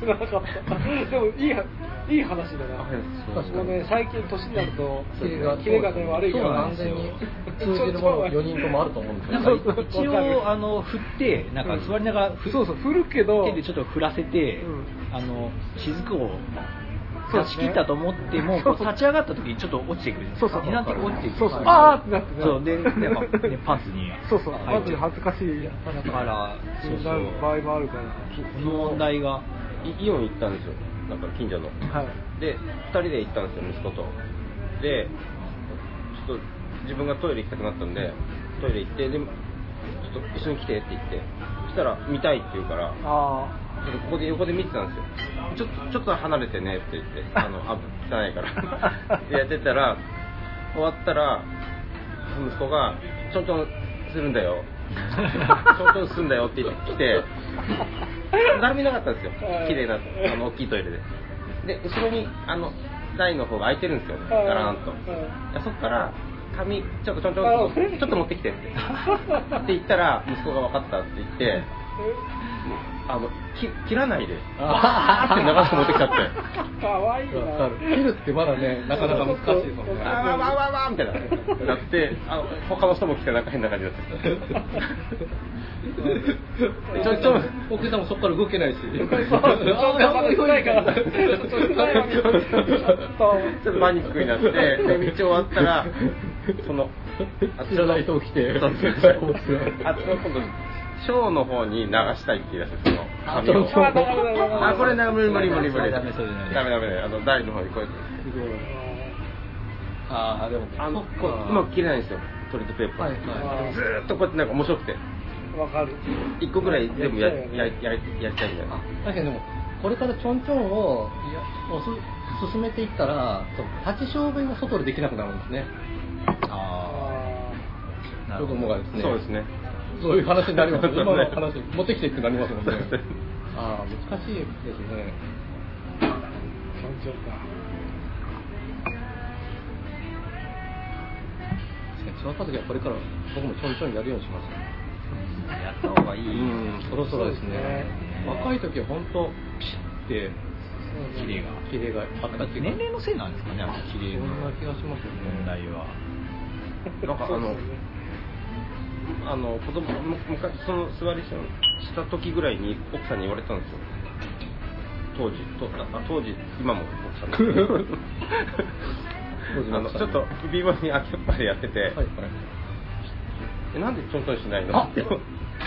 Speaker 5: 知らなかった。でも、いいは、いい話だな。
Speaker 2: そう
Speaker 5: 私もね、最近年になると、
Speaker 2: キレが
Speaker 5: キレがね、悪いから。
Speaker 2: そうなんですよ通じるものが4人ともあると思うんですよ
Speaker 3: なん
Speaker 2: ね
Speaker 3: か
Speaker 5: そうそう
Speaker 3: 一応あの振ってなんか座りながら振
Speaker 5: そうそう、振るけど
Speaker 3: 手、でちょっと振らせて、
Speaker 5: うん
Speaker 3: あの雫を出
Speaker 5: そうです
Speaker 3: し
Speaker 5: ね
Speaker 3: 切ったと思っても、
Speaker 5: そう
Speaker 3: こう立ち上がった時にちょっと落ちてくる
Speaker 5: そうそう
Speaker 3: になって落ちてくる
Speaker 5: そうそうあーってなってね
Speaker 3: そうででまあねパスに
Speaker 5: そうそう、
Speaker 3: 入
Speaker 5: マ
Speaker 3: っ
Speaker 5: ジ
Speaker 3: て
Speaker 5: で恥ずかしい。
Speaker 3: だからそうそ
Speaker 5: なる場合もあるから。
Speaker 3: うこの問題が
Speaker 4: イイオン行ったんですよ。なんか近所の。
Speaker 5: はい。
Speaker 4: で、二人で行ったんですよ、息子と。で、ちょっと自分がトイレ行きたくなったんで、トイレ行って、で、ちょっと一緒に来てって言って、そしたら見たいって言うから、
Speaker 5: ああ。
Speaker 4: ちょっとここで横で見てたんですよ。ちょっと、ちょっと離れてねって言 って、あの、あ、汚いから。 でやってたら、終わったら、息子が、ちょんちょんするんだよ。 ちょんちょんするんだよって言ってきて、誰もいなかったんですよ。綺麗な、あの、大きいトイレで。で、後ろに、あの、台の方が空いてるんですよ。ガラーンと。いやそっから、髪、ちょっとちょんちょん、ちょっと持ってき てって。って言ったら、息子が分かったって言って、あの、き切らないで、バーって流して持ってきちゃって、
Speaker 5: かわいいな。
Speaker 2: わかる切るってまだねなかなか難しいですもんね
Speaker 4: あーわーわーわーみたいな、なって、あの他の人も来て、なんか変な感じになって
Speaker 2: ちょちょ奥さんもそこから動けないし
Speaker 5: そうちょっとまだ少ないからちょっと少ないわけちょっと
Speaker 4: ちょっとパニックになって、で道終わったら、その、
Speaker 2: 知らない人起きて
Speaker 4: そうそうそうあっちの今度、ショーの方に流したいって言い出して、その髪を。
Speaker 5: あダメダメダメダメ
Speaker 4: あ、これな、無理無理無理無理。
Speaker 3: ダメそれじゃない
Speaker 4: ダメダメダメあの、台の方にこうやって。
Speaker 2: ああでも
Speaker 4: あの、
Speaker 2: そっ
Speaker 4: こ
Speaker 2: か
Speaker 4: ううまく切れないんですよ、トイレットペーパ
Speaker 2: はい
Speaker 4: ー。
Speaker 2: は
Speaker 4: ずーっとこうやってなんか面白くて、
Speaker 5: わかる。
Speaker 4: 一個ぐらい全部やややや
Speaker 5: や
Speaker 4: やりたいみたいな。
Speaker 2: いだけどでもこれからちょんちょんをいやおす進めていったらそう立ち小便が外でできなくなるんですね
Speaker 3: ああな
Speaker 2: 僕もがですね
Speaker 4: そうですね。
Speaker 2: そういう話になりますよ今の話持ってきてってなりますも んねああ難しいですね
Speaker 5: 尊重か。
Speaker 2: 確かに座った時はこれから僕もちょんちょんやるようにします
Speaker 3: やった方がいい、
Speaker 2: うんそろそろですね
Speaker 5: そうで
Speaker 3: ね
Speaker 5: す
Speaker 2: 若い時は本当ピシッて
Speaker 3: 綺麗が
Speaker 2: キレがあったっていうか
Speaker 3: 年齢のせいなんですかねあの綺麗
Speaker 2: そんな
Speaker 3: の
Speaker 2: 気がしますよね
Speaker 3: 問題は
Speaker 4: なんか あの、あの、子供、む昔、その座りした時ぐらいに奥さんに言われたんですよ。当時、とあ当時、今も奥さんです
Speaker 2: 当時
Speaker 4: あ
Speaker 2: の
Speaker 4: の
Speaker 2: 奥
Speaker 4: ち
Speaker 2: さん
Speaker 4: ょっと微妙に秋っぱでやってて、
Speaker 2: はいはい
Speaker 4: えなんでちょんちょんしないの
Speaker 2: あ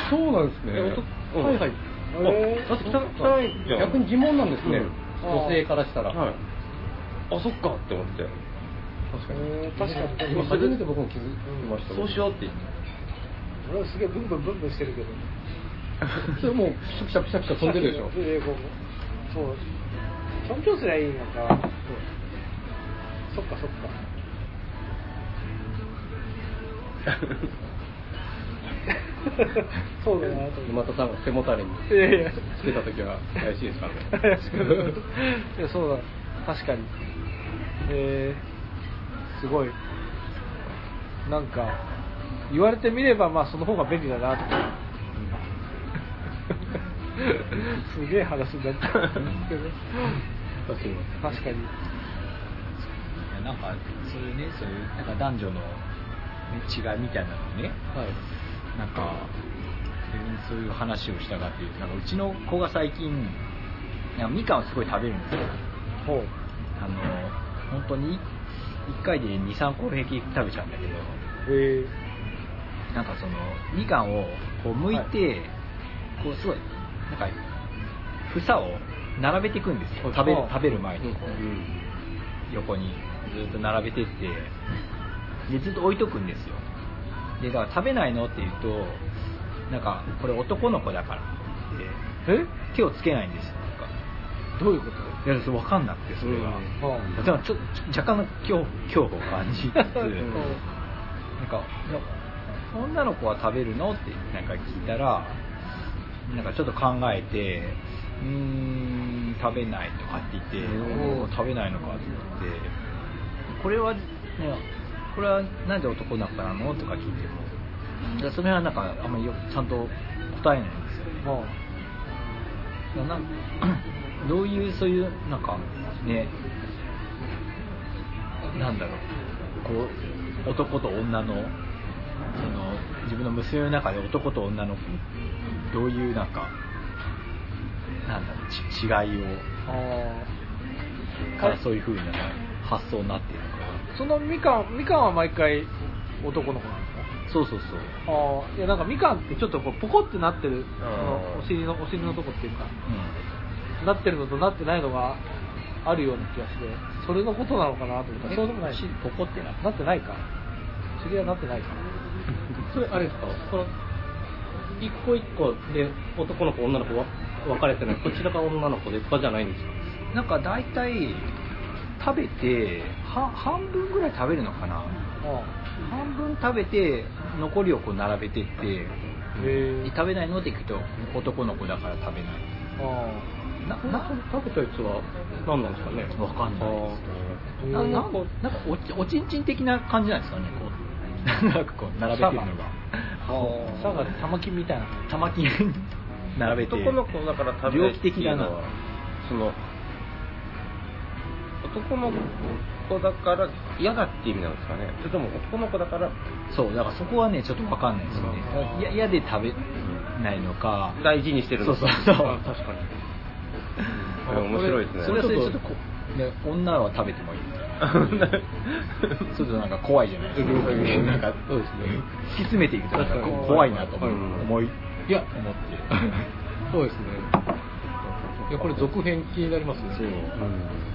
Speaker 2: そうなんですね
Speaker 4: え男うん
Speaker 2: はいはい
Speaker 5: えー
Speaker 4: あだって汚汚いじゃん
Speaker 2: 逆に疑問なんですね、
Speaker 4: うん
Speaker 2: 女性からしたら、
Speaker 4: はい、あそっかって思って
Speaker 2: 確かに、
Speaker 5: えー確かに
Speaker 2: 今初めて僕も気づきました、
Speaker 4: そうしようって言って
Speaker 5: 俺はすげえブンブンブンブンしてるけど。
Speaker 2: それもうピシャピシャピシャピシャ飛んでるでしょ
Speaker 5: 英語もそう。ちょんちょんすりゃいいのか。そっかそっ か。そうだなと思
Speaker 2: 沼
Speaker 5: って。
Speaker 2: 田さんが背もたれに
Speaker 5: いやいや。
Speaker 2: つけた時は怪しいですからね
Speaker 5: いやそうだ確かにえー、すごいなんか言われてみればまあその方が便利だなってすげえ話になっちゃうんですけ ど
Speaker 2: 確かに
Speaker 5: 確かに
Speaker 3: いやなんかそういうねそういうなんか男女の、ね、違いみたいなのね
Speaker 2: はい
Speaker 3: なんか最近そういう話をしたがっていうなんかうちの子が最近なんかみかんをすごい食べるんですよ
Speaker 5: ほう
Speaker 3: あの本当に1回で23個平気食べちゃうんだけど
Speaker 5: え
Speaker 3: なんかそのみかんをこう剥いて、こうすごいなんか房を並べていくんですよ食べる
Speaker 5: ああ
Speaker 3: 食べる前にこう、
Speaker 4: うん
Speaker 3: 横にずっと並べてってでずっと置いとくんですよでだから食べないのって言うとなんかこれ男の子だからっ
Speaker 5: ー、え
Speaker 3: て手をつけないんですよ
Speaker 5: どういうこと
Speaker 3: いやそれ分かんなくてそれが、
Speaker 5: うんはあ
Speaker 3: だからちょちょ若干の恐恐怖を感じつつなんか
Speaker 5: うん
Speaker 3: いや女の子は食べるのってなんか聞いたらなんかちょっと考えてうーん食べないとかって言って、
Speaker 5: うん
Speaker 3: おー食べないのかって言ってこれは、ね、これはなんで男だからなのとか聞いてもだからその辺はなんかあんまりよちゃんと答えないんですよね
Speaker 5: も
Speaker 3: だからなん どういうそういうなんかねなんだろうこう男と女のその自分の娘の中で男と女のどういうなんかなんだろうち違いを
Speaker 5: うあー
Speaker 3: からそういうふうな発想になっているのかな
Speaker 5: そのみかんみかんは毎回男の子なんですか
Speaker 3: そうそうそう
Speaker 5: ああいやなんかみかんってちょっとこうポコってなってるそ
Speaker 4: あ
Speaker 5: の
Speaker 4: ー
Speaker 5: お尻のお尻のとこっていうか
Speaker 3: う
Speaker 5: なってるのとなってないのがあるような気がしてそれのことなのかなと思った
Speaker 3: ん
Speaker 5: らそうでもない
Speaker 3: しポコってな
Speaker 5: なってないかお尻はなってないか
Speaker 2: それあれですかその一個一個で男の子女の子わ分かれてないこちらが女の子でとかじゃないんですか
Speaker 3: なんか大体食べては半分ぐらい食べるのかな
Speaker 5: あ
Speaker 3: 半分食べて残りをこう並べてって
Speaker 5: あへ
Speaker 3: で
Speaker 5: え
Speaker 3: 食べないのって聞くと男の子だから食べない
Speaker 5: あ
Speaker 3: なな
Speaker 2: 食べたやつは何なんですかね
Speaker 3: わかんないで
Speaker 5: あ
Speaker 3: すなななん
Speaker 5: こ
Speaker 3: かおちおちんちん的な感じなんですかねこうなんかこう並べてるのが
Speaker 5: う佐賀で玉金みたいな
Speaker 3: 玉金 並べて
Speaker 4: 男の子だから食べるっていうのは
Speaker 3: 猟奇
Speaker 4: その男の子だから嫌だって意味なんですかねそれとも男の子だから
Speaker 3: そうだからそこはねちょっとわかんないですよねいや嫌で食べないのか
Speaker 4: 大事にしてるのか
Speaker 3: そうそうそう
Speaker 4: あ確かにこれ面白いですね
Speaker 3: それはそれでちょっとこね女は食べてもいいみたいなちょっとなんか怖いじゃないですか
Speaker 4: うん
Speaker 3: なんか
Speaker 2: そうですね
Speaker 3: 突き詰めていくとなんかこう怖いなと思う
Speaker 4: うん
Speaker 3: 思い
Speaker 2: いや
Speaker 3: 思って
Speaker 2: そうですねいやこれ続編気になりますね
Speaker 3: そう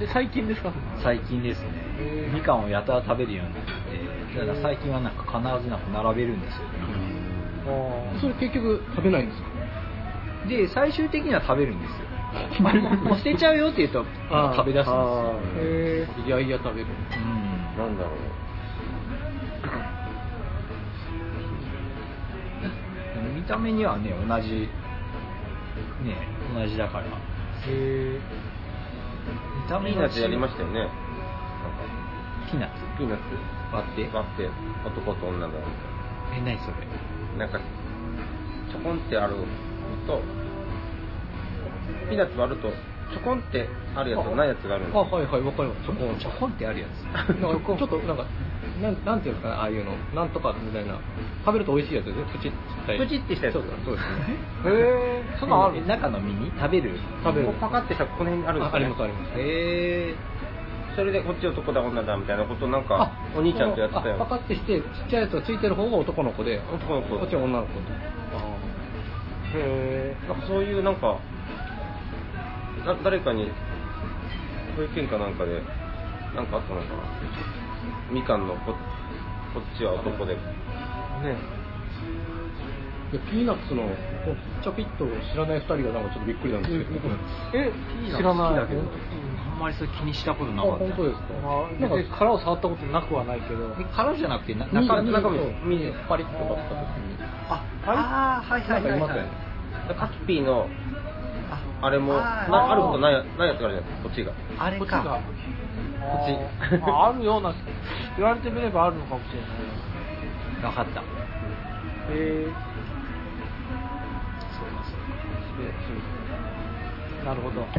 Speaker 5: で最近ですか
Speaker 3: 最近ですね
Speaker 5: へー
Speaker 3: みかんをやたら食べるようになってだから最近はなんか必ずなんか並べるんですよ
Speaker 5: あ
Speaker 2: それ結局食べないんですか
Speaker 3: で最終的には食べるんです よもうもう捨てちゃうよって言うと
Speaker 2: あー
Speaker 3: 食べ出すん
Speaker 4: あ
Speaker 3: で
Speaker 2: へえいやいや食べる
Speaker 3: すようん
Speaker 4: ーなんだろう
Speaker 3: 見た目にはね同じね同じだから
Speaker 5: へえ
Speaker 3: 見た目
Speaker 4: ピー
Speaker 3: が
Speaker 4: ナッツやりました
Speaker 3: よ
Speaker 4: よねなんか
Speaker 3: ピーナッツ
Speaker 4: ピーナッツ
Speaker 3: 割って
Speaker 4: 割って男と女の
Speaker 3: え何それ
Speaker 4: なんかちょこんってあるのとピーナッツ割るとちょこんってあるやつとないやつがあるんです
Speaker 2: あはいはいわかりますそこ
Speaker 3: ちょこんってあるやつ
Speaker 2: なんかちょっとなんかなんなんていうんですかねああいうのなんとかみたいな食べると美味しいやつですねプチッ
Speaker 4: プチってしたやつ
Speaker 2: そうそうそうですね
Speaker 5: へえそんなんあ
Speaker 3: え
Speaker 5: る
Speaker 3: 中の身に食べる
Speaker 2: 食べる
Speaker 4: こうパカってしたらこの辺にあるんです
Speaker 2: あ
Speaker 4: か
Speaker 2: あ
Speaker 4: ね
Speaker 2: りますあります
Speaker 3: え
Speaker 4: それでこっち男だ女だみたいなことなんか
Speaker 2: あ
Speaker 4: お兄ちゃんとやってた
Speaker 2: あ
Speaker 4: よ
Speaker 2: パカってしてちっちゃいやつがついてる方が男の子で
Speaker 4: 男の子
Speaker 2: こっちは女の子と
Speaker 5: へ
Speaker 4: なんかそういうなんかな誰かに保育園かなんかでなんかあったのかなみかんのここっちは男で
Speaker 5: えね
Speaker 2: でピーナッツのチャピッと知らない二人がなんかちょっとびっくりなんですけど
Speaker 5: え知らな
Speaker 4: 好き
Speaker 5: い
Speaker 4: だけど
Speaker 3: あんまりそれ気にしたこと
Speaker 2: あ
Speaker 3: なかった
Speaker 2: 本当ですか
Speaker 5: まあ、
Speaker 2: な
Speaker 5: なん
Speaker 2: ん
Speaker 5: か
Speaker 2: か
Speaker 5: 殻を触ったことなくはないけど、
Speaker 3: 殻じゃなくてな
Speaker 2: 中
Speaker 3: 中
Speaker 2: 身
Speaker 3: 身
Speaker 2: 中
Speaker 3: 中
Speaker 2: 身
Speaker 3: 身
Speaker 2: ですパリッとかった時に
Speaker 3: ああーはいはいはいはい
Speaker 4: なんかアキピーのあれも
Speaker 3: あー
Speaker 4: なあることないやないやつがあるじゃないですかこっちが
Speaker 3: あれ
Speaker 2: こっちが
Speaker 3: か
Speaker 4: こっち
Speaker 5: あーあるような言われてみればあるのかもしれな
Speaker 3: 分
Speaker 5: い
Speaker 3: かった
Speaker 5: へえなるほど
Speaker 2: で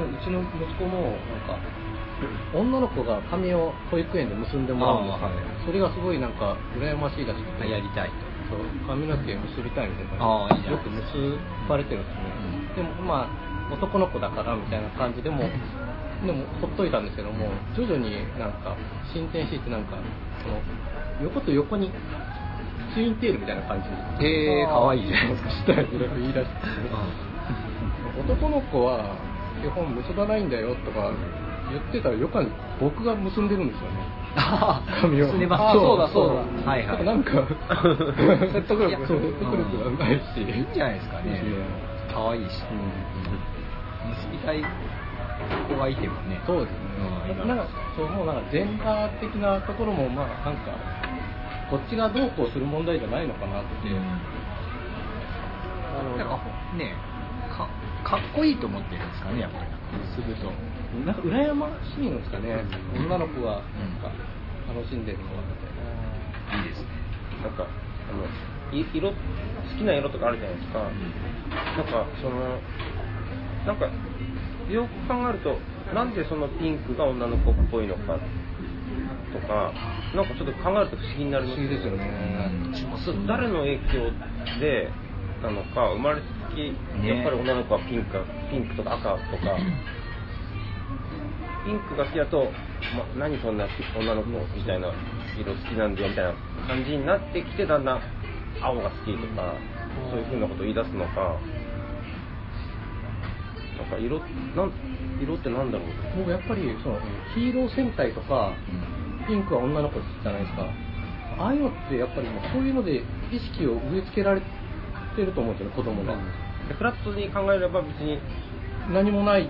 Speaker 2: うちの息子もなんか女の子が髪を保育園で結んでもらうんですよね
Speaker 3: あーは
Speaker 2: それがすごいなんか羨ましいらしくて
Speaker 3: やりたい
Speaker 2: そう髪の毛結びたいみたいな
Speaker 3: ああいいじゃん
Speaker 2: よく結ばれてるんですね、でもまあ男の子だからみたいな感じでもでもほっといたんですけども徐々になんか進展していってなんかその横と横にツインテールみたいな感じ
Speaker 3: とへえ
Speaker 5: あー
Speaker 3: かわいいじゃないですか
Speaker 2: したいろいろ言い出して男の子は基本結ばないんだよとか言ってたらよかに僕が結んでるんですよね髪を
Speaker 3: 進んでます
Speaker 5: あそうだそうだ
Speaker 3: はいはい
Speaker 2: なんか
Speaker 5: 説得力
Speaker 2: いやそう説得力がないし
Speaker 3: いいんじゃないですかねかわいいし結びたい子がいてもね
Speaker 2: そうですね
Speaker 3: うん
Speaker 2: なんかそうもうなんかジェンダー的なところもまあなんかこっちがどうこうする問題じゃないのかなって、
Speaker 3: なんかねかかっこいいと思ってるんですかねやっぱりすると
Speaker 2: なんか羨ましいのですかね、女の子がなんんか楽しんでるのはみたいない
Speaker 3: いですね
Speaker 4: なんかあのい色好きな色とかあるじゃないですか、なんかそのなんかよく考えるとなんでそのピンクが女の子っぽいのかとかなんかちょっと考えると不思議になります
Speaker 2: 不思議ですよね
Speaker 4: うん誰の影響でなのか生まれつきやっぱり女の子はピンク,、ピンクとか赤とかピンクが好きだと、ま、何そんな女の子みたいな色好きなんだよみたいな感じになってきてだんだん青が好きとかそういうふうなことを言い出すのかなんか色なん色ってなんだろう
Speaker 2: 僕やっぱりそのヒーロー戦隊とかピンクは女の子じゃないですかああいうのってやっぱりもうそういうので意識を植え付けられてると思うんですよね子供が、
Speaker 4: でフラットに考えれば別に
Speaker 2: 何もない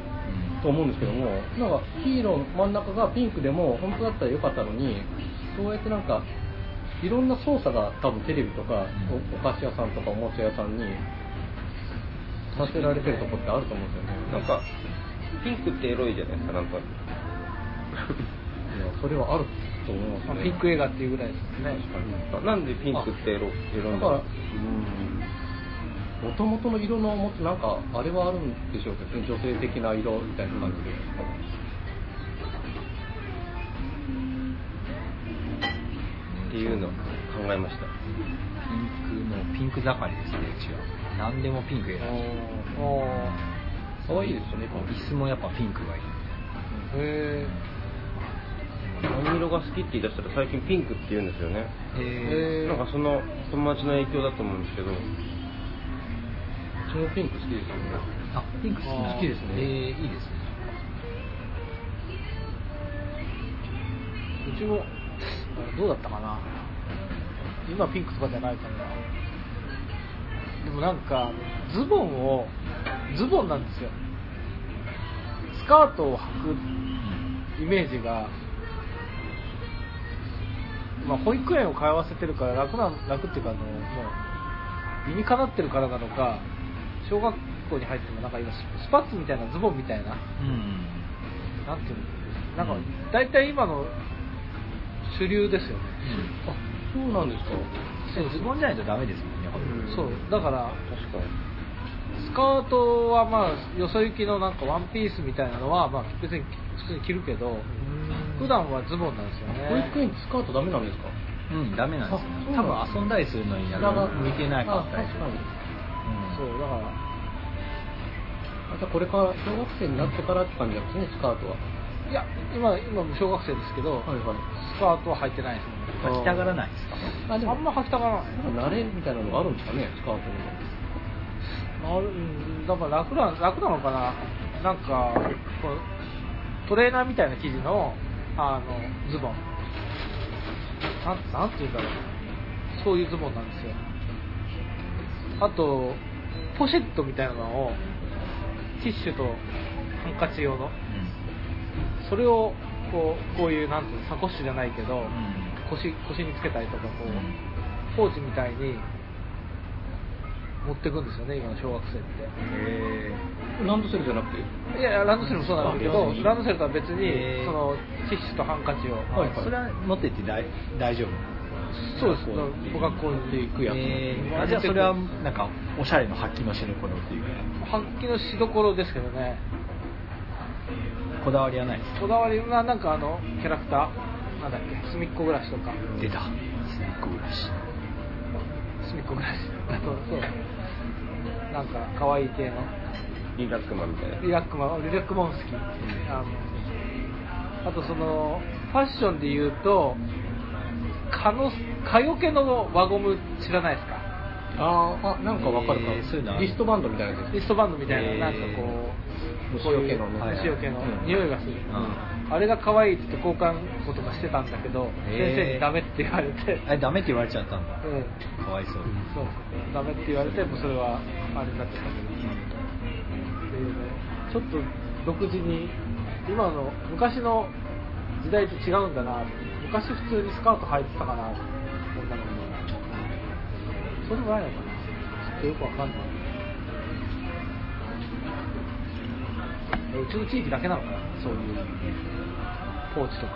Speaker 2: と思うんですけどもなんかヒーローの真ん中がピンクでも本当だったらよかったのにそうやってなんかいろんな操作が多分テレビとかおお菓子屋さんとかおもちゃ屋さんにさせられてるとこってあると思うんですよね
Speaker 4: なんかピンクってエロいじゃないですかなんか
Speaker 2: いやそれはあると思います
Speaker 5: まあ
Speaker 2: ね
Speaker 5: ピンク映画っていうぐらいですね。
Speaker 4: なんでピンクってエロエロい
Speaker 2: だ
Speaker 4: ん
Speaker 2: か
Speaker 4: だろ
Speaker 2: ら
Speaker 4: う
Speaker 2: もともとの色のもなんかあれはあるんでしょうけどね女性的な色みたいな感じで、
Speaker 4: っていうのを考えました
Speaker 3: ンクのピンク盛りですねうちは何でもピンクやる
Speaker 5: おー
Speaker 2: 可愛いですよね
Speaker 3: 椅子もやっぱピンクがいい
Speaker 5: へ
Speaker 4: 何色が好きって言い出したら最近ピンクって言うんですよね
Speaker 3: へ
Speaker 4: なんかその友達の影響だと思うんですけど
Speaker 2: うちもピンク好きですよね
Speaker 3: あピンク好きなの
Speaker 2: 好きですね
Speaker 3: えーいいですね
Speaker 5: ーうちもどうだったかな。今ピンクとかじゃないかな。でもなんかズボンをズボンなんですよ。スカートを履くイメージが。まあ、保育園を通わせてるから楽な楽っていうかあのもう理にかなってるからなのか小学校に入ってもなんか今ススパッツみたいなズボンみたいな
Speaker 3: うん
Speaker 5: なんていうのなんか大体今の主流ですよね、
Speaker 2: あそうなんですか
Speaker 3: そうズボンじゃないとダメですもんねほんと
Speaker 5: そうだから
Speaker 4: 確かに
Speaker 5: スカートはまあよそ行きのなんかワンピースみたいなのはまあ別に普通に着るけど普段はズボンなんですよ
Speaker 2: 保
Speaker 5: ね
Speaker 2: 育園ってスカートダメなんですか
Speaker 3: うんダメなんで
Speaker 2: あ
Speaker 3: すよ
Speaker 2: そうなんだ
Speaker 3: ね多分遊んだりするのにやる向いてないか
Speaker 2: あ
Speaker 3: ったり
Speaker 2: 確かにあじゃあ
Speaker 3: うん
Speaker 5: そうだから
Speaker 2: これから小学生になってからって感じなんですねスカートははい
Speaker 5: や今今も小学生ですけど、
Speaker 2: いはい
Speaker 5: スカートは履いてないですね
Speaker 3: 履きたがらないですか
Speaker 2: あでも
Speaker 5: あんま履きたがらない
Speaker 2: なんか慣れみたいなのがあるんですかねスカートにも
Speaker 5: なるうんだから楽な楽なのかななんかこうトレーナーみたいな生地のあのズボンなんなんて言うんだろうそういうズボンなんですよあとポシェットみたいなのをティッシュとハンカチ用のそれをこうこういうなんていうのサコッシュじゃないけど、腰腰につけたりとかこう、ポーチみたいに持ってくんですよね今の小学生って
Speaker 2: ランドセルじゃなくて
Speaker 5: いやいやランドセルもそうなんだけど
Speaker 3: あ別に
Speaker 5: ランドセルとは別
Speaker 3: へ
Speaker 5: に
Speaker 3: ー
Speaker 5: そのティッシュとハンカチを、
Speaker 2: はいはい
Speaker 3: それは持ってって大大丈夫
Speaker 5: そうです
Speaker 3: 学校に
Speaker 5: 僕学校に行くやつ、
Speaker 3: えーあじゃあそれはなんかおしゃれの発揮のしどころっていうか
Speaker 5: 発揮のしどころですけどね
Speaker 3: こだわりはないです
Speaker 5: こだわりはなんかあのキャラクターなんだっけすみっこ暮らしとか
Speaker 3: 出たすっごい嬉しい
Speaker 5: すみっこ暮らしあとそうなんか可愛い系の
Speaker 4: リラックマンみたいな
Speaker 5: リラックマン、リラックマン好き。あの、あとその、ファッションで言うと、蚊の、蚊よけの輪ゴム知らないですか
Speaker 2: あーあなんかわかるかも、
Speaker 3: えーそういうのある
Speaker 2: リストバンドみたいなやつ
Speaker 5: リ
Speaker 2: です
Speaker 5: ストバンドみたい
Speaker 3: えー
Speaker 5: な、なんかこう、
Speaker 2: 虫除けのね
Speaker 5: こういう虫除けの
Speaker 2: はいはい
Speaker 5: 匂いがする。
Speaker 3: うん
Speaker 5: あれが可愛いって言って交換とかしてたんだけど、
Speaker 3: えー
Speaker 5: 先生にダメって言われて、
Speaker 3: えダメって言われちゃったんだ
Speaker 5: うん、
Speaker 3: かわいそう
Speaker 5: そう、ダメって言われて、もうそれはあれになっちゃったけど。ちょっと独自に今の昔の時代と違うんだな昔普通にスカート履いてたかな女の子がそうでもないのかなちょっとよくわかんないうちの地域だけなのかなそういうポーチとか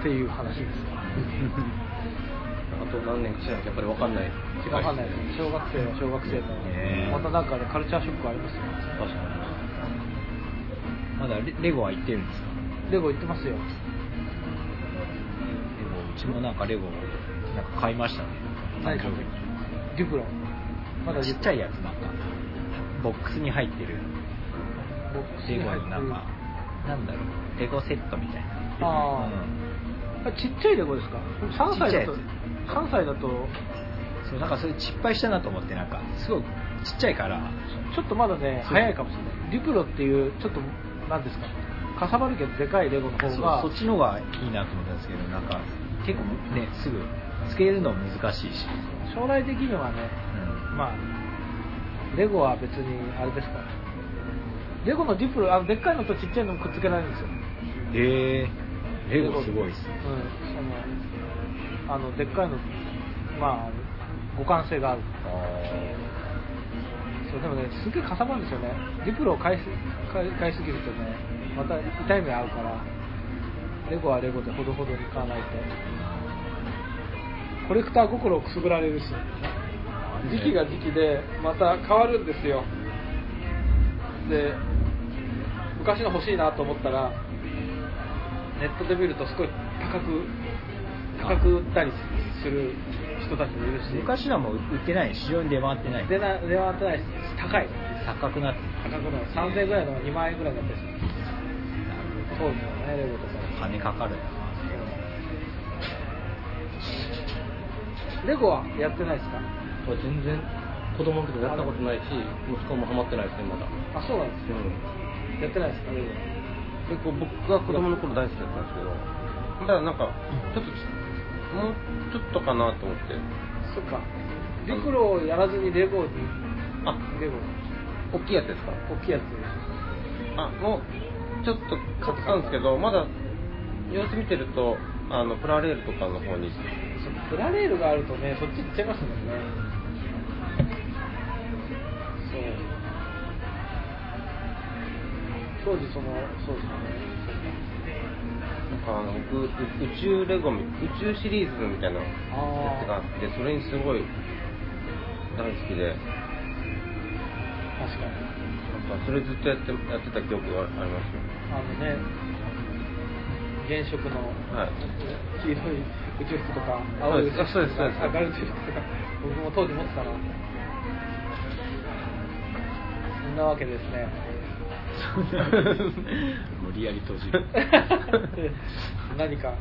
Speaker 5: っていう話です
Speaker 2: あと何年かしないとやっぱり分かんない世
Speaker 5: わ
Speaker 2: 界で
Speaker 5: かん
Speaker 2: す
Speaker 5: ない
Speaker 2: ね
Speaker 5: ですね小学生は小学生の、
Speaker 3: ねえ
Speaker 5: またなんかねカルチャーショックありますよ
Speaker 2: 確か
Speaker 3: まだレレゴは行ってるんですか
Speaker 5: レゴ行ってますよ
Speaker 3: レゴうちもなんかレゴなんか買いましたね
Speaker 5: 何買
Speaker 3: 誕
Speaker 5: った
Speaker 3: 生日に
Speaker 5: デュプロまだ
Speaker 3: ちっちゃいやつなんかボックスに入ってる
Speaker 5: ボックス
Speaker 3: レ
Speaker 5: に
Speaker 3: ゴ
Speaker 5: 入っ
Speaker 3: の
Speaker 5: て
Speaker 3: なん
Speaker 5: る
Speaker 3: かなんだろうレゴセットみたいな
Speaker 5: あーあちっちゃいレゴですか3歳だと
Speaker 3: ちっち
Speaker 5: 3歳だと
Speaker 3: そうなんかそれ失敗したなと思ってなんかすごいちっちゃいから
Speaker 5: ちょっとまだね
Speaker 3: そう
Speaker 5: 早いかもしれないデュプロっていうちょっと何ですかかさばるけどでかいレゴの方
Speaker 3: そう
Speaker 5: が
Speaker 3: そっちの方がいいなと思ったんですけどなんか結構ねすぐつけるのも難しいし、
Speaker 5: 将来的にはね
Speaker 3: うん
Speaker 5: まあレゴは別にあれですからレゴのデュプロあのでっかいのとちっちゃいのもくっつけられるんですよ
Speaker 3: えー、レゴすごいっす
Speaker 5: う
Speaker 3: ね
Speaker 5: ん、そのあのでっかいのまあ互換性があるそうでもねすげえかさばるんですよねディプロを買いす買い買いすぎるとねまた痛い目合うからレゴはレゴでほどほどに買わないとコレクター心をくすぐられるし時期が時期でまた変わるんですよで昔の欲しいなと思ったらネットで見るとすごい高く高く売ったりする人たちもいるし
Speaker 3: 昔のはもう売ってない市場に出回ってない
Speaker 5: 出な出回ってないし高い
Speaker 3: 高くなって
Speaker 5: 高くない3000円ぐらいの2万円ぐらいだったりするそうですよねレゴとか
Speaker 3: 金かかるな
Speaker 5: レゴはやってないですか
Speaker 2: に全然子供の時やったことないし息子もハマってないですねまだ
Speaker 5: あそうなんですよやってないですかレゴ
Speaker 4: 結構僕は子供の頃大好きだったんですけどただなんかちょっともうちょっとかなと思って
Speaker 5: そっか陸路をやらずにレゴに
Speaker 4: あ
Speaker 5: レゴ
Speaker 4: 大きいやつですか
Speaker 5: 大きいやつ
Speaker 4: あもうちょっと買ったんですけどまだ様子見てるとあのプラレールとかの方に
Speaker 5: そっかプラレールがあるとねそっち行っちゃいますもんねそう当時そのそうですね
Speaker 4: なんかあの僕う宇宙レゴみ宇宙シリーズみたいなやつがあってそれにすごい大好きで
Speaker 5: 確かに
Speaker 4: なんかそれずっとやってやってた記憶がありますよ
Speaker 5: あのね、原色の
Speaker 4: はい
Speaker 5: 黄色い宇宙服とか、
Speaker 4: そう
Speaker 5: い
Speaker 4: ですあそうですそうです
Speaker 5: あ明るい宇宙服とか、僕も当時持ってたな。そんなわけですね。
Speaker 3: 無理やり閉じる
Speaker 5: 何か、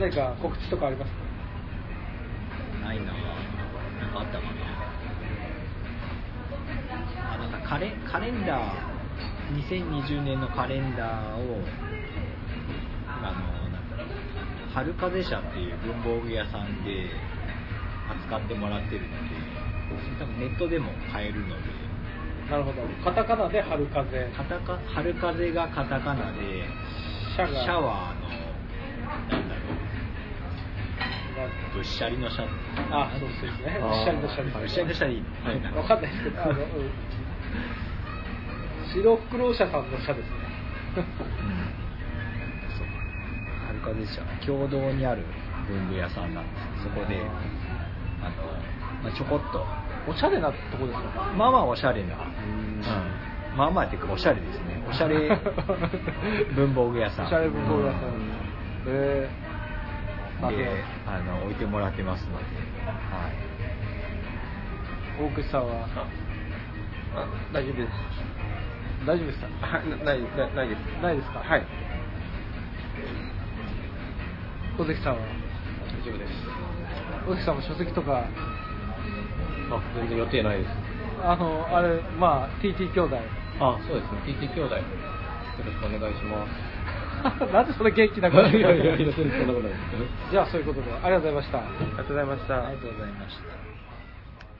Speaker 5: 何か告知とかありますか
Speaker 3: ないななんかあったかなあなんかカレカレンダー2020年のカレンダーをあのなんだろう春風社っていう文房具屋さんで扱ってもらってるので多分ネットでも買えるので
Speaker 5: なるほど。カタカナで春風、
Speaker 3: カタカ春風がカタカナで
Speaker 5: シャが、
Speaker 3: シャワーのなんだろうぶっしゃりのシャ
Speaker 5: あ、そうですね。
Speaker 2: あー
Speaker 5: シャリのシャリ。
Speaker 3: ぶっしゃりのシャでいい
Speaker 2: はい
Speaker 3: なん
Speaker 5: わかんないですけど、あの、うん、白黒社さんの社ですね。
Speaker 3: そう春風社共同にある文具屋さんなんですそこであの、まあ、ちょこっと
Speaker 5: おしゃれなとこですよね。
Speaker 3: まあまあおしゃれな、うんまあまあっていうかおしゃれですねおしゃ れ文房具屋さん
Speaker 5: おしゃれ文房具屋さん。
Speaker 3: うん
Speaker 5: えー、
Speaker 3: で
Speaker 5: で、
Speaker 3: あの置いてもらってますので、はい、
Speaker 5: 大口さんは
Speaker 4: あ大丈夫です
Speaker 5: 大丈夫ですか
Speaker 4: はいなないないないです
Speaker 5: ないですか
Speaker 4: はい
Speaker 5: 小関さんは
Speaker 2: 大丈夫です
Speaker 5: 小関さんも書籍とか、
Speaker 2: あ全然予定ないです
Speaker 5: あの、あれ、まあ、TT 兄弟。
Speaker 2: あそうですね PT 兄弟よろしくお願いします
Speaker 5: なんでそれ元気な感 じ
Speaker 2: いやいやいやそんなことないです
Speaker 5: じゃあ、そういうことで、ありがとうございました。
Speaker 4: ありがとうございました
Speaker 3: ありがとうございました